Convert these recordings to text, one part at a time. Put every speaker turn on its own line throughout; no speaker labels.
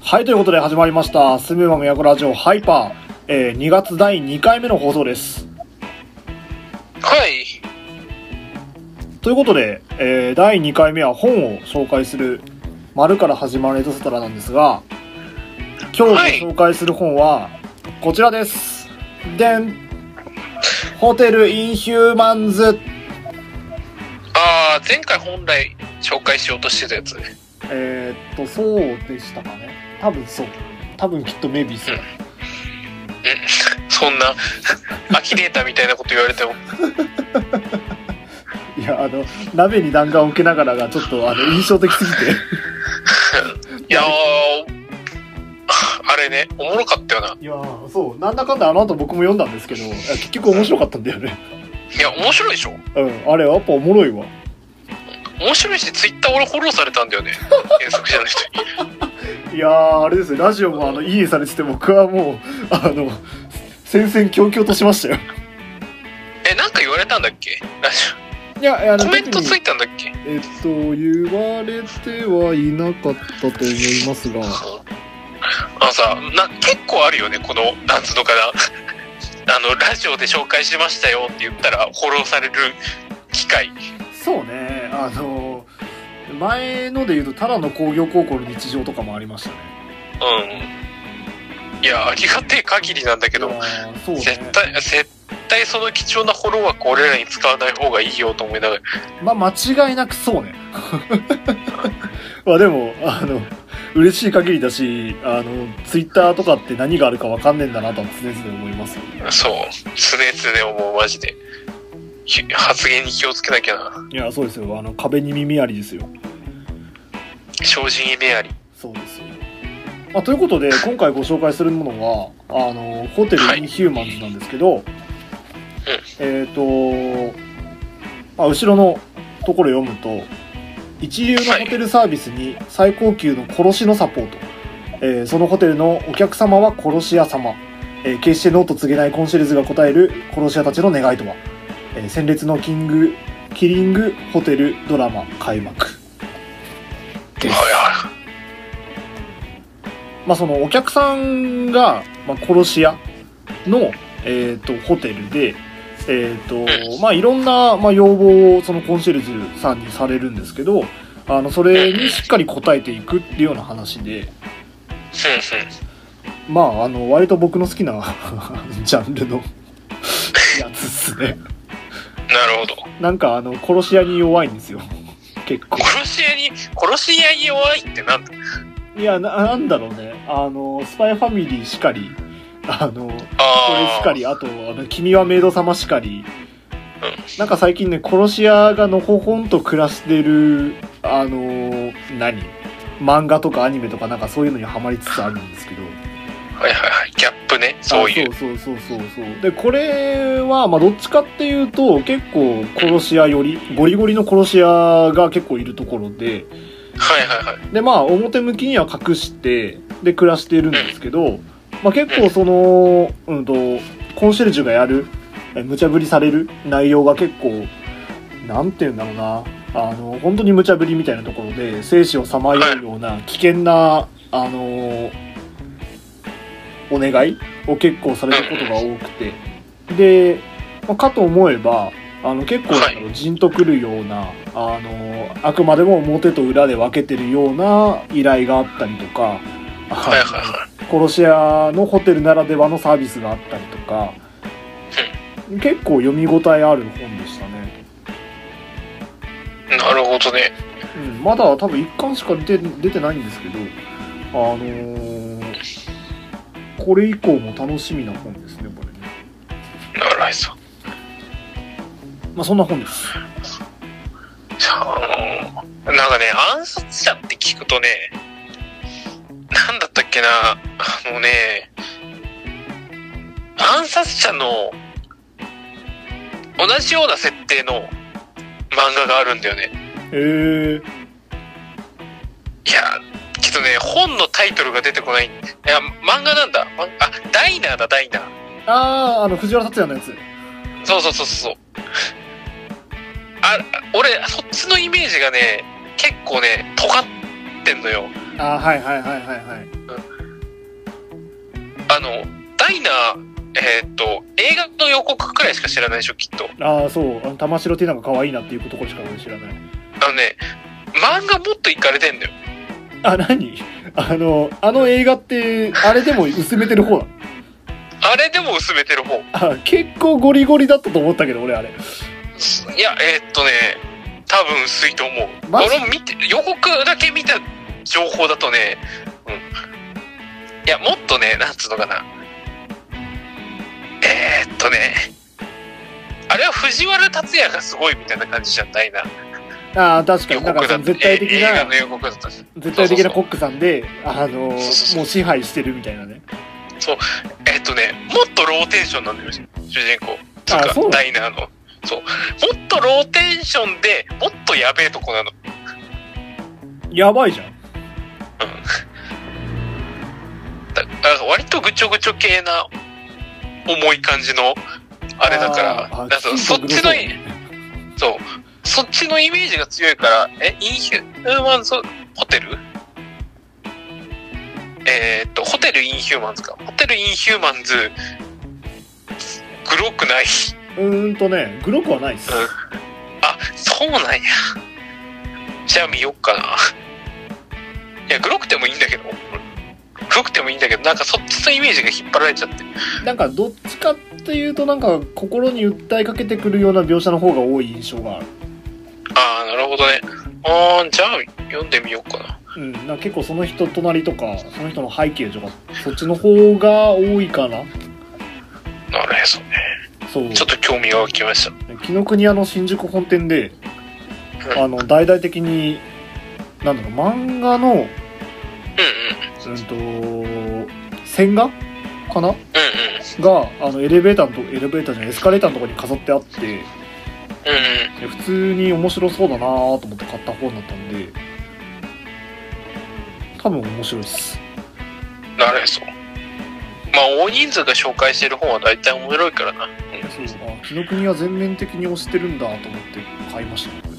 はい、ということで始まりました、スメマムヤコラジオハイパー、えー、2月第2回目の放送です。
はい。
ということで、えー、第2回目は本を紹介する、丸から始まるエトセトラなんですが、今
はい
日ご紹介する本は、こちらです。でんホテル・インヒューマンズ、
ああ、前回本来紹介しようとしてたやつ。
えー、っと、そうでしたかね。多分そう。多分きっとメビーそう。
そんな、 呆れたみたいなこと言われても。
いや、あの、鍋に弾丸を受けながらが、ちょっと、あの、印象的すぎて。
いやー、 あれね、おもろかったよな。
いやーそうなんだかんだあの後僕も読んだんですけ どいや結局面白かったんだよね
いや、面白いでしょ
うんあれやっぱおもろいわ
面白いし、ツイッター俺フォローされたん だよね。原作者の人に。
いやーあれですよラジオもあのいいねされてて僕はもう あの戦々恐々としましたよ
え、なんか言われたんだっけラジ
いやいやあ
オ
の
コメント
特に
ついたんだっけ
えっと言われてはいなかったと思いますが
あのさな、結構あるよね、この、なんつうのかな。あ の、ラジオで紹介しましたよって言ったら、フォローされる機会。
そうねあの前ので言うとただの工業高校の日常とかもありましたね
うん。いや、ありがてえ限りなんだけど
い、やーそうね
絶対、絶対その貴重なフォロー枠俺らに使わない方がいいよと思いながら。
まあ、間違いなくそうね。まあでも、あの、嬉しい限りだし、あの、ツイッターとかって何があるかわかんねえんだなとは常々思いますよね。
そう。常々思う、マジで。ひ発言に気をつけなきゃな。
いや、そうですよ。あの、壁に耳ありですよ。
精進目あり。
そうですよ。まあ、ということで、今回ご紹介するものは、あの、ホテル
はい
インヒューマンズなんですけど、えっ、と、まあ、後ろのところ読むと、一流のホテルサービスに最高級の殺しのサポート、えーそのホテルのお客様は殺し屋様、えー決してノーと告げないコンシェルジュが答える殺し屋たちの願いとは、えー鮮烈のキングキリングホテルドラマ開幕です
はいは
まあ、そのお客さんが、まあ、殺し屋の、えー、とホテルで、えーとまあ、いろんな、まあ、要望をそのコンシェルジュさんにされるんですけどあのそれにしっかり応えていくっていうような話で、
い。うん
まあ、あの割と僕の好きな ジャンルの やつっすね
うん。なるほど。
なんかあの殺し屋に弱いんですよ結構
殺し屋に、殺し屋に弱いってなんだ
いやななんだろうねあのスパイファミリーしかりあのこれ
あ
し
あ。
かり、あと、あの、君はメイド様しかり
うん。
なんか最近ね、殺し屋がのほほんと暮らしてる、あのー何漫画とかアニメとかなんかそういうのにはまりつつあるんですけど。
はいはいはい。ギャップね。そういう。
あそうそうそうそうそう。で、これは、まあどっちかっていうと、結構殺し屋より、ゴリゴリの殺し屋が結構いるところで、
はいはいはい。
でまあ表向きには隠してで暮らしているんですけど、まあ、結構その、うん、とコンシェルジュがやるえ無茶ぶりされる内容が結構なんて言うんだろうなあの本当に無茶ぶりみたいなところで生死をさまようような危険なあのお願いを結構されることが多くてで、まあかと思えばあの結構なんだろうじんとくるようなあのあくまでも表と裏で分けてるような依頼があったりとか、
はいはいはい。
殺し屋のホテルならではのサービスがあったりとか、結構読み応えある本でしたね、
なるほどね。
うん、まだ多分1巻しか出て出てないんですけどあのーこれ以降も楽しみな本ですねこれね
なるほど。
まあそんな本です
じゃあ、あのなんかね、暗殺者って聞くとね、なんだったっけな、あのね、暗殺者の同じような設定の漫画があるんだよね。
へえ
いや、けどね、本のタイトルが出てこない。いや、漫画なんだ。まあ、ダイナーだ、ダイナー。
あああの藤原竜也のやつ
そうそうそうそう。あ、俺、そっちのイメージがね、結構ね、尖ってんのよ。
あはいはいはいはいはい
あの、ダイナー、えーっと、映画の予告くらいしか知らないでしょ、きっと。
ああそうあの玉城ティナが可愛いなっていうとこしか俺知らない
あのね、漫画もっといかれてんだよ。
あ何 あのあの映画ってあれでも薄めてる方なの
あれでも薄めてる方。
あ結構ゴリゴリだったと思ったけど俺あれ
いや、えーっとね、多分薄いと思う。
マジ
俺も見て、予告だけ見た情報だとね、うん。いや、もっとね、なんつうのかな。えーっとね、あれは藤原竜也がすごいみたいな感じじゃないな。
ああ確か
予
になん
告
かそ
だ
の
と、
絶対的
え映画
な
の予告だと。
絶対的
そうそうそ
な
う
コックさんであのもう
そうそう
支配してるみたいなね
えっとね、もっとローテンションなんだよ、主人公。つう
あそうなの
か、ダイナーの。そう。もっとローテンションでもっとやべえとこなの。
やばいじゃん
だだから割とぐちょぐちょ系な重い感じの、あれだから、
あーあ
だからそっちの、そう、そっちのイメージが強いから、え、インヒューマンズホテルえーっと、ホテルインヒューマンズか。ホテルインヒューマンズ、グロくない。
うーんとねグロくはないっす、
うんあ、そうなんや。じゃあ見よっかな。いや、グロくてもいいんだけど。グロくてもいいんだけど、なんかそっちのイメージが引っ張られちゃって。
なんかどっちかっていうとなんか心に訴えかけてくるような描写の方が多い印象がある
ああ、なるほどね。ああ、じゃあ読んでみようかな。
うん、なんか結構その人となりとかその人の背景 とかそっちの方が多いかな
なるへそね。
そう
ちょっと興味が湧きました。
紀ノ国屋の新宿本店で、
うん
あの大々的になんだろう漫画の、うん、
うん
と線画かな
うん。
があのエレベーターのとエレベーターじゃないエスカレーターのところに飾ってあって
うんうん。うんうん。
で普通に面白そうだなーと思って買った本だったんで多分面白いっす
なるへそ。まあ、大人数が紹介してる本は大体面白いからな。うん
そうあ紀ノ国屋全面的に推してるんだと思って買いましたねこれ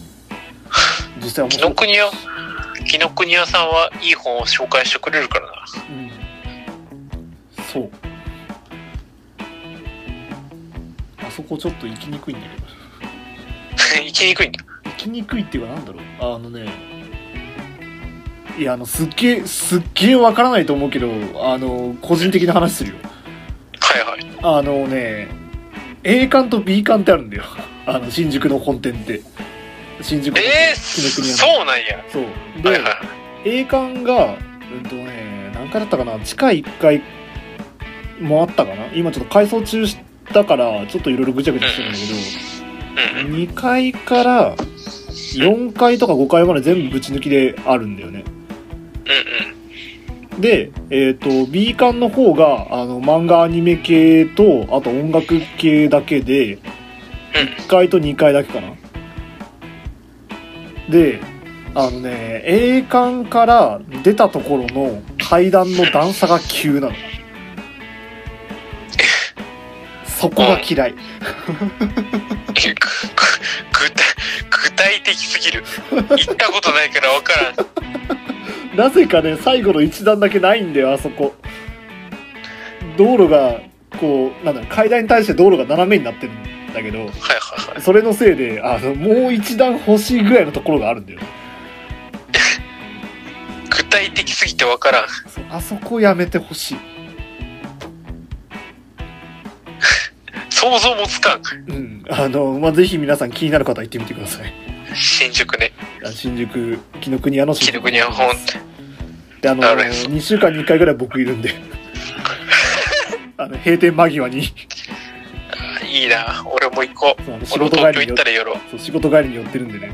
実際面
紀
白
ノ
い、
国屋、紀ノ国屋さんはいい本を紹介してくれるからな。
う ん、そうあそこちょっと行きにくいんだけど
行きにくいんだ。
行きにくいっていうかなんだろうあのねいやあのすっげえすっげえわからないと思うけどあの個人的な話するよ
はいはい。
あのね A 館と B 館ってあるんだよあの新宿の本店って新宿の
ええー、
紀ノ国屋の
そうなんや。
そうで、
はいはい。
A 館がうんとね何回だったかな地下1階もあったかな今ちょっと改装中だからちょっといろいろぐちゃぐちゃしてるんだけ
うんう
ど
ん。
2階から4階とか5階まで全部ぶち抜きであるんだよね
うん
で、えっと B 館の方があの漫画アニメ系とあと音楽系だけで1階と2階だけかなであのね A 館から出たところの階段の段差が急なのそこが嫌い
うん。ぐぐ具体的すぎる。行ったことないから分からん。
なぜかね最後の一段だけないんだよあそこ道路がこうなんだろう階段に対して道路が斜めになってるんだけど
はいはいはい。
それのせいであのもう一段欲しいぐらいのところがあるんだよ
具体的すぎて分からん。
そうあそこやめてほしい
想像もつかん。
うんあのまあぜひ皆さん気になる方は行ってみてください
新宿ね。
あ新宿紀ノ国屋の新
紀ノ国屋本
であの
なるへそ
2週間に1回ぐらい僕いるんで あの閉店間際に
あいいな。俺も行こう。
そうあの仕
俺も
事
東
帰
京
りに
行
よ
ったら寄ろう。
そう仕事帰りに寄ってるんでね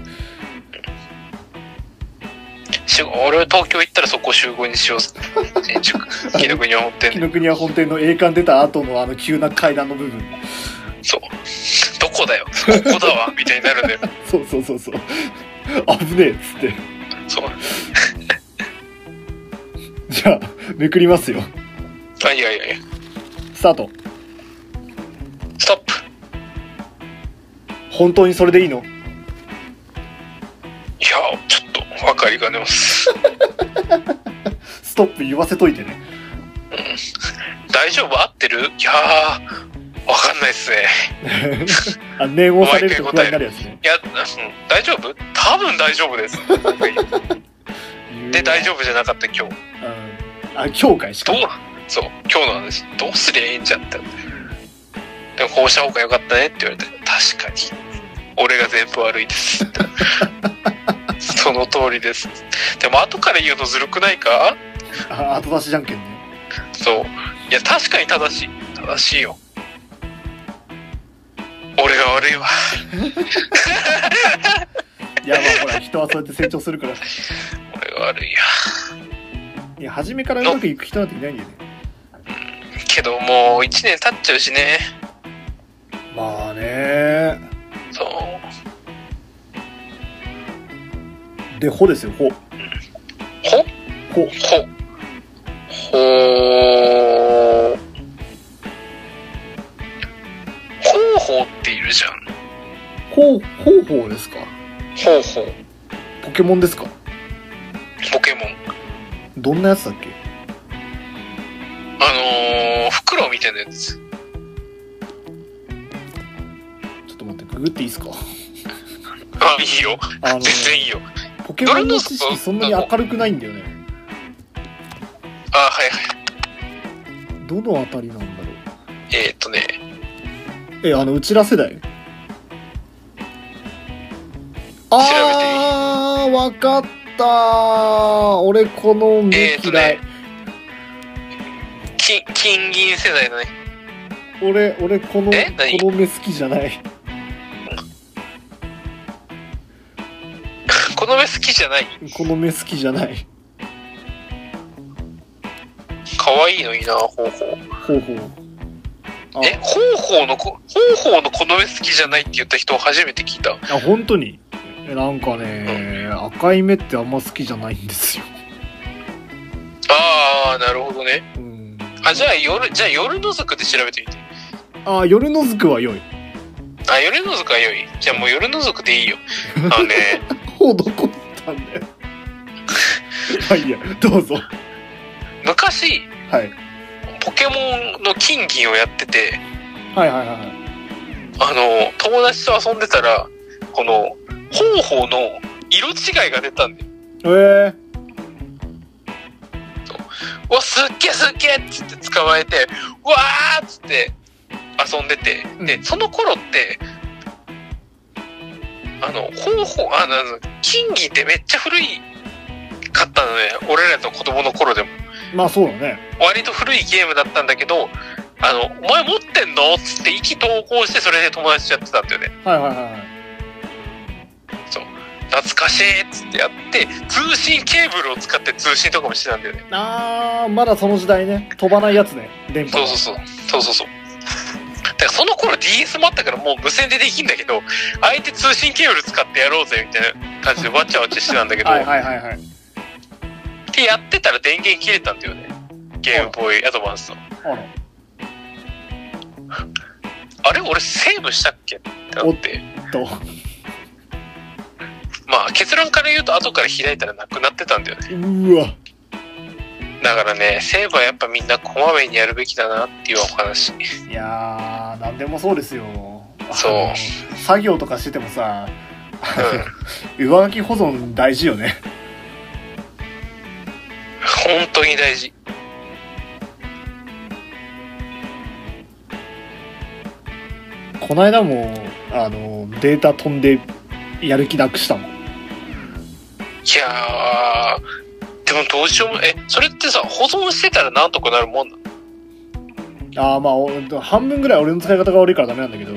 し俺東京行ったらそこ集合にしよう。新宿。紀ノ国屋本
紀
店。
ノ国屋本店の栄冠出た後のあの急な階段の部分
そう。どこだよ。ここだわ。みたいになるんだよ。
そうそうそうそう危ねえっつって
そう。
じゃあめくりますよ
あ、いやいやいや。
スタート
ストップ。
本当にそれでいいの
いや、ちょっと分かりかねます。
トップ言わせといてね
大丈夫合ってるいやー、わかんないっすね。
あ念を押されると不安になるやつね
いや、うん、大丈夫多分大丈夫です。で、大丈夫じゃなかった今日。
夫、うん、あ今日かいしか
どう
も、
そう、今日の話、どうすりゃいいんじゃんって。でも、こうした方が良かったねって言われて、確かに。俺が全部悪いです。その通りです。でも、後から言うのずるくないか
あ後出しじゃんけんね
そう。いや、確かに正しい。正しいよ。俺が悪いわ。
いやまあほら人はそうやって成長する からい
俺が悪いよ。
や初めからうまくいく人なんていないん だよね
けど、もう一年経っちゃうしね。
まあね
そう。
でほですよほ
ほ
ほ
ほ。ほー。ほうほうっているじゃん。
ほうほうほうですか
ほうほう。
ポケモンですか
ポケモン。
どんなやつだっけ
あのー、袋みたいなやつ。
ちょっと待ってググっていい ですか
あ、いいよ。
あの
全然いいよ。
ポケモンの知識そんなに明るくないんだよね
あ、はいはい。
どのあたりなんだろう
えー、っとね、
えあのうちら世代ああわかった俺この目嫌い
えー、っとね、金、金銀世代だね。
俺俺このこ
え何
の目好きじゃない
この目好きじゃない。
この目好きじゃない
可愛いのいいな、ほうほう。
ほうほうあ
え、ほうほうのこ、ほうほうのこの目好きじゃないって言った人を初めて聞いた。
あ本当にえなんかね赤い目ってあんま好きじゃないんですよ、
あー、なるほどね。
うん、
あ、じゃあ夜、じゃあ夜の族で調べてみて。
あ夜のずくは良い
あ、夜の族は良い。じゃあもう夜の族でいいよ。あの ね、
ほどこったんだ よはいいやどうぞ
昔、
はい
ポケモンの金銀をやってて、
はいはいはいはい
あの、友達と遊んでたら、この、ほうほうの色違いが出たんで、
えー、
うわ、すっげえすっげえっつって捕まえて、うわーっつって遊んでて、
う
で、
ん
その頃って、あの、ほうほう、あの、金銀ってめっちゃ古いかったのね、俺らの子供の頃でも。
まあそうだね
割と古いゲームだったんだけど、あの、お前持ってんのっつって意気投合してそれで友達とやってたんだよね。
はいはいはいはい
懐かしいっつってやって、通信ケーブルを使って通信とかもしてたんだよね。
あーまだその時代ね飛ばないやつね電波
そうそうそう。そうそうそう。だからその頃 DS もあったからもう無線でできんだけど、相手通信ケーブル使ってやろうぜみたいな感じでわちゃわちゃしてたんだけど、
はいはいはいはい
でやってたら電源切れたんだよね。ゲームボーイアドバンスの。
あら
あれ俺セーブしたっけってなって。
と
まあ結論から言うと後から開いたらなくなってたんだよね。
うーわ
だからね、セーブはやっぱみんなこまめにやるべきだなっていうお話。
いやー何でもそうですよ
そう
あの作業とかしててもさ上書き保存大事よね
本当に大事。
こないだもあのデータ飛んでやる気なくしたもん
いやー、でもどうしようも、え、それってさ、保存してたらなんとかなるもんなの
あーまあお半分ぐらい俺の使い方が悪いからダメなんだけど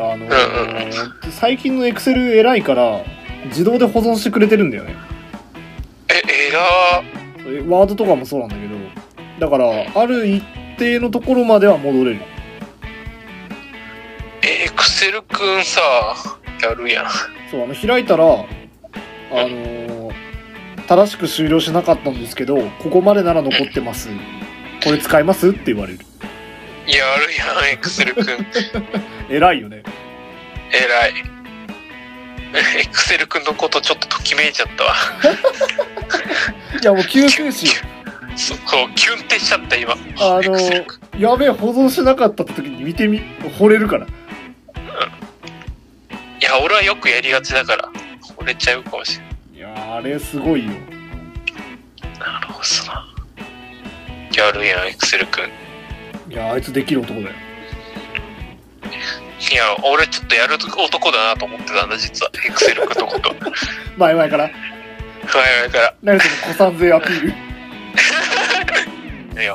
あの、
う
最近のエクセル偉いから自動で保存してくれてるんだよね
え、えらー。
えワードとかもそうなんだけどだからある一定のところまでは戻れる
エクセルくんさ、やるやん。
そうあの開いたらあのー正しく終了しなかったんですけどここまでなら残ってますこれ使いますって言われる
やるやん、エクセルくん。
偉いよね
えらい。 エクセルくんのことちょっとときめいちゃったわ。
いやもう救世主
そこうキュンってしちゃった今あ
あのやべえ保存しなかったって時に見てみ惚れるから
いや俺はよくやりがちだから惚れちゃうかもしれない
いやーあれすごいよ
なるほどなやるやんエクセル君
いやあいつできる男だよ
いや俺ちょっとやる男だなと思ってたんだ実はエクセル君のこと
前
前
々から
々から
何その子さん勢アピール
いや、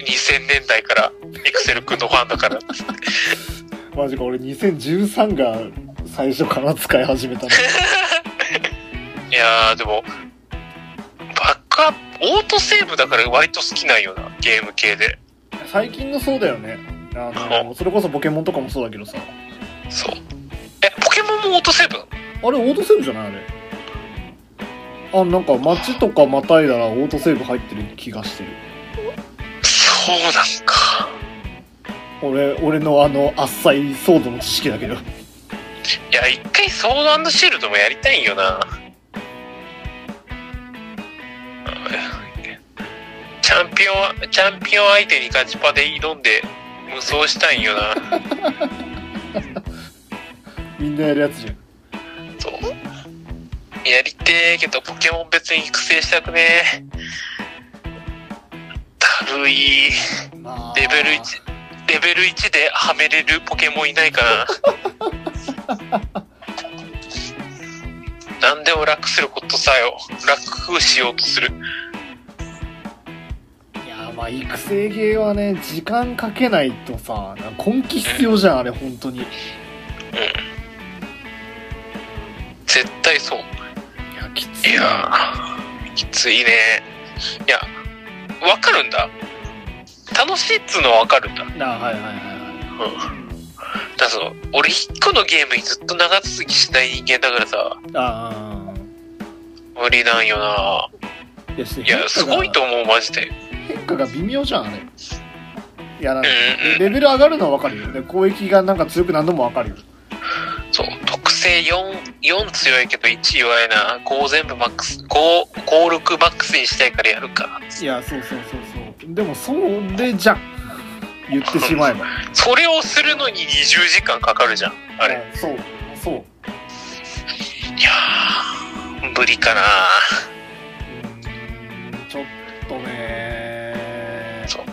2000年代からエクセル君のファンだから。
マジか俺2013が最初から使い始めたの
いやー、でも、バックアップ、オートセーブだから割と好きなんよな、ゲーム系で。
最近のそうだよねあのそれこそポケモンとかもそうだけどさ
そう。え、ポケモンもオートセーブなの
あれオートセーブじゃないあれあなんか街とかまたいだらオートセーブ入ってる気がしてる
そうなんか。
俺俺のあのあっさいソードの知識だけど
いや、一回ソードシールドもやりたいんよな。チャンピオンは、チャンピオン相手にガチパで挑んで無双したいんよな。
みんなやるやつじゃん
そう。やりてえけど、ポケモン別に育成したくねえ。だるい。
まあ
レベル1、レベル1ではめれるポケモンいないかな。なんでも楽することさよ。楽しようとする。
いやまあ育成系はね時間かけないとさなんか根気必要じゃんあれ本当にい
絶対そう。
やきつ
い
い
やー、きついね。いや、わかるんだ。楽しいっつうのはわかるんだ。
なあはいはいはいは
うんだからその俺一個のゲームにずっと長続きしない人間だからさ
いああ
無理なんよない
やして
いやすごいと思うマジで
変化が微妙じゃんあれいやなんか
うんうん
レベル上がるのは分かるよで攻撃がなんか強くなるのも分かるよ
そう特性 4, 4強いけど1弱いな5全部マックス556マックスにしたいからやるか
いやそうそうそうそうでもそれじゃん言ってしまえば
それをするのに20時間かかるじゃんあれ
うんそうそう
いやー無理かな
うーんちょっとね
そう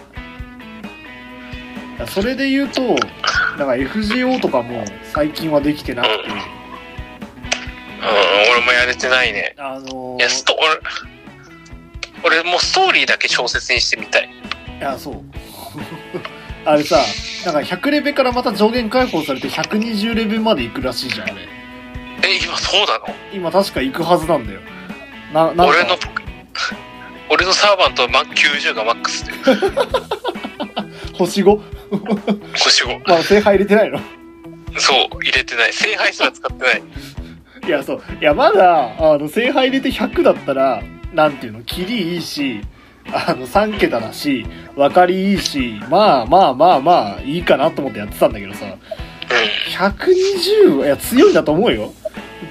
いやそれで言うとなんか FGO とかも最近はできてなくて
うん俺もやれてないね
あのー
いやスト俺俺もうストーリーだけ小説にしてみたい
いやそう あれさなんか100レベルからまた上限解放されて120レベルまで行くらしいじゃんあれ
え今そうなの
今確か行くはずなんだよななんか
俺の 俺のサーバントはマック90がマックスで
星 5?
星5
まあ聖杯入れてないの
そう入れてない聖杯すら使ってない
いやそういやまだあの聖杯入れて100だったらなんていうのキリいいしあの3桁だし分かりいいしまあまあまあまあいいかなと思ってやってたんだけどさ
う
120はいや強いんだと思うよ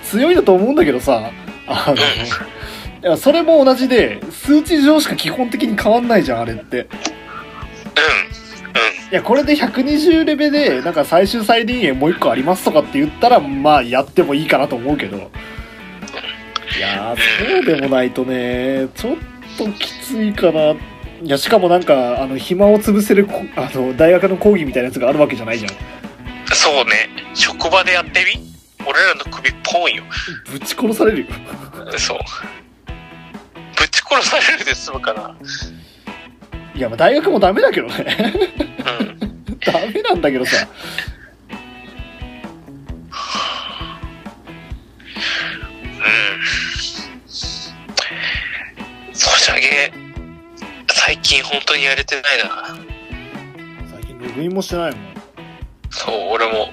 強いんだと思うんだけどさあの
んうん
いやそれも同じで数値上しか基本的に変わんないじゃんあれっていやこれで120レベでなんか最終再臨演もう一個ありますとかって言ったらまあやってもいいかなと思うけどいやーそうでもないとねちょっときついかないやしかもなんかあの暇を潰せるこあの大学の講義みたいなやつがあるわけじゃないじゃん
そうね職場でやってみ俺らの首ポンよ
ぶち殺されるよ
そうぶち殺されるで済むかない
やまあ大学もダメだけどね
うん
ダメなんだけどさ
うんソシャゲ最近本当にやれてないな
最近ログインもしてないもん
そう俺も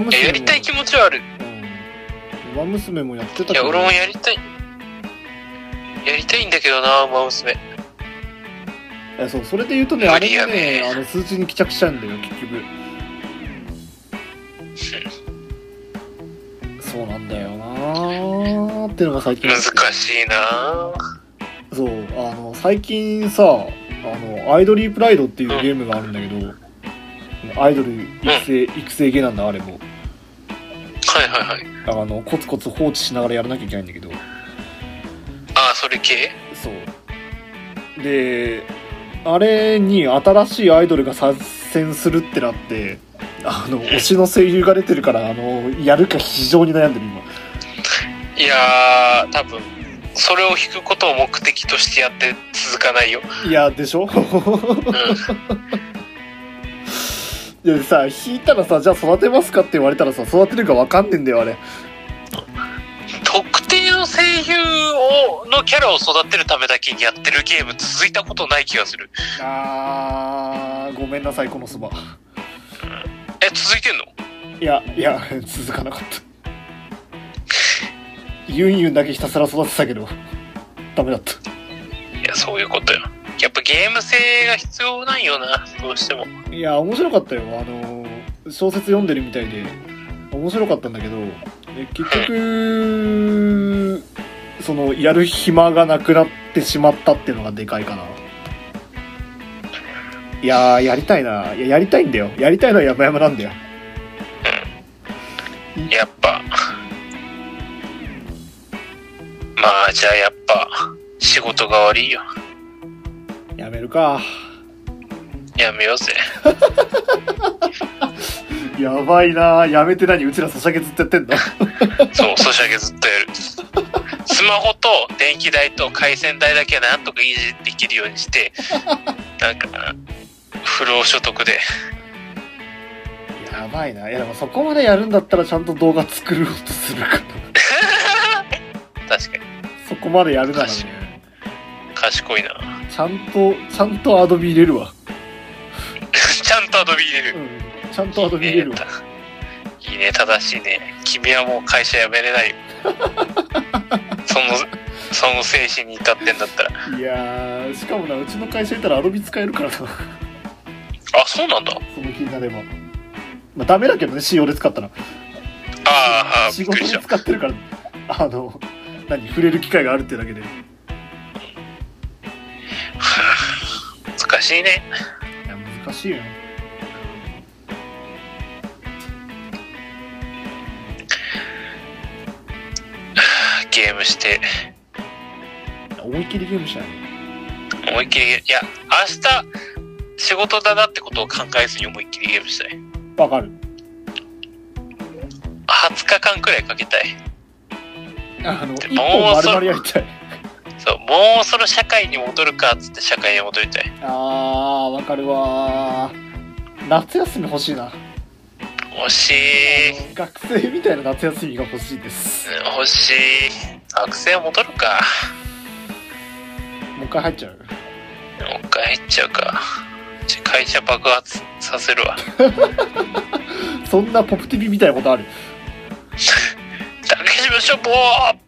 馬
いや
娘
やりたい気持ちはある
うん馬娘もやってた
い
け
や、
ど
俺もやりたい。やりたいんだけどな、馬娘。
いやそうそれで言うとねあ
無
れ
理や
もね
ね
あの数値に帰着しちゃうんだよ結局そうなんだよなーってのが最近
難しいな
そうあ最近さあのアイドリープライドっていうゲームがあるんだけど、アイドル育成、育成ゲーなんだあれも
はいはいはい。
あのコツコツ放置しながらやらなきゃいけないんだけど
ああ、それ系
そうであれに新しいアイドルが参戦するってなってあの推しの声優が出てるからあのやるか非常に悩んでる今
いやー、多分、それを引くことを目的としてやって続かないよ。
いやでしょ
うん。はい
いやさ引いたらさじゃあ育てますかって言われたらさ育てるか分かんねえんだよあれ
特定の声優を、のキャラを育てるためだけにやってるゲーム続いたことない気がする。
あーごめんなさいこのそば
え、続いてんの
いやいや続かなかったユンユンだけひたすら育てたけどダメだった
いや、そういうことよ。やっぱゲーム性が必要なんよな、どうしても。
いや面白かったよあの小説読んでるみたいで面白かったんだけどえ結局そのやる暇がなくなってしまったっていうのがでかいかないやーやりたいないややりたいんだよやりたいのはやまやまなんだよ
やっぱ。まあ、じゃあやっぱ、仕事が悪いよ。
やめるか
やめよ うぜ。
やばいなやめて何うちらソシャゲずっとやってんだ
そう、ソシャゲずっとやる。スマホと電気代と回線代だけはなんとか維持できるようにして、なんか、不労所得で。
やばいないやでもそこまでやるんだったらちゃんと動画作ろうとするかな
確かに、
そこまでやるならね
賢いな。
ちゃんとちゃんとアドビ入れるわ
ちゃんとアドビ入れる。
ちゃんとアドビ入れるわ
いいね、正しいね。君はもう会社辞め れないよ。その、その精神に至ってんだったら。
いやーしかもなうちの会社いたらアドビ使えるからな そ
あ、そうなんだ。
の気になればまあダメだけどね仕様で使ったら
あーあー、び
仕
っく
事
り
に
した。
使ってるからあの何触れる機会があるってだけでい
難しいね。
や難しいよ
ゲームして、
思いっきりゲームしない
思いっきり、いや、明日、仕事だなってことを考えずに思いっきりゲームしたい。
わかる
20日間くらいかけたい。
あの
で
一
も
本
う
丸
そ
々やりたい
そう、もうその社会に戻るかっつって社会に戻りたい。
あーわかるわー夏休み欲しいな、
欲しい。
あの学生みたいな夏休みが欲しいです
うん欲しい。学生戻るか。
もう一回入っちゃう
もう一回入っちゃうか。ちょ会社爆発させるわ。
そんなポプティビみたいなことある
竹島処方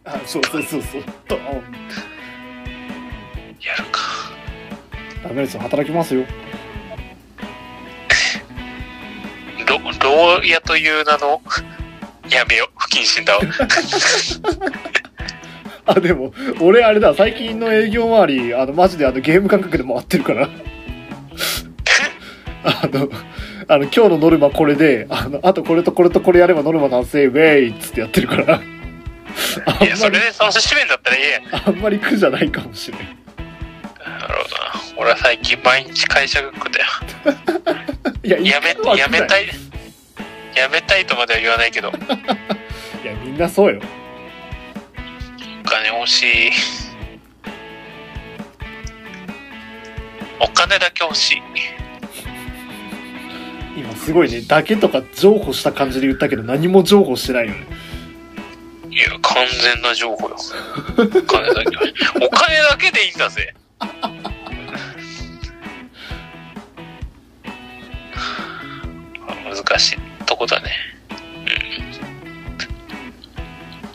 あそうそうそうそうドーン
やるか。
ダメですよ働きますよ
ろ牢屋という名の、やめよ。不謹慎だわ。
あでも俺あれだ最近の営業周りあのマジであのゲーム感覚で回ってるから あのあの今日のノルマこれであのあとこれとこれとこれやればノルマ達成ウェイっつってやってるからあ
いや、
んま
それ
り
でその紙面だったらいいや。
あんまり苦じゃないかもしれん
なるほどな。俺は最近毎日会社学区だよ。
いや
やめ、
行くのは苦
やめ
な
たい。やめたいとまでは言わないけど、お
いいやみんなそうよ
金欲しい。お金だけ欲しい。
今すごいねだけとか譲歩した感じで言ったけど何も譲歩してないよね
いや、完全な情報よ。お金だけ。お金だけでいいんだぜ。 難しいとこだね。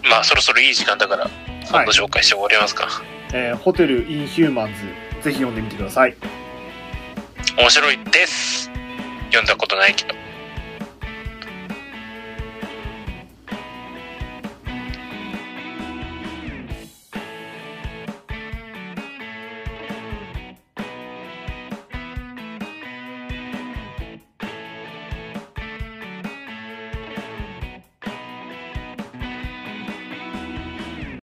うん。まあ、そろそろいい時間だから、
は
今
い
度、紹介して終わりますか。
えーホテル・イン・ヒューマンズぜひ読んでみてください
面白いです。読んだことないけど。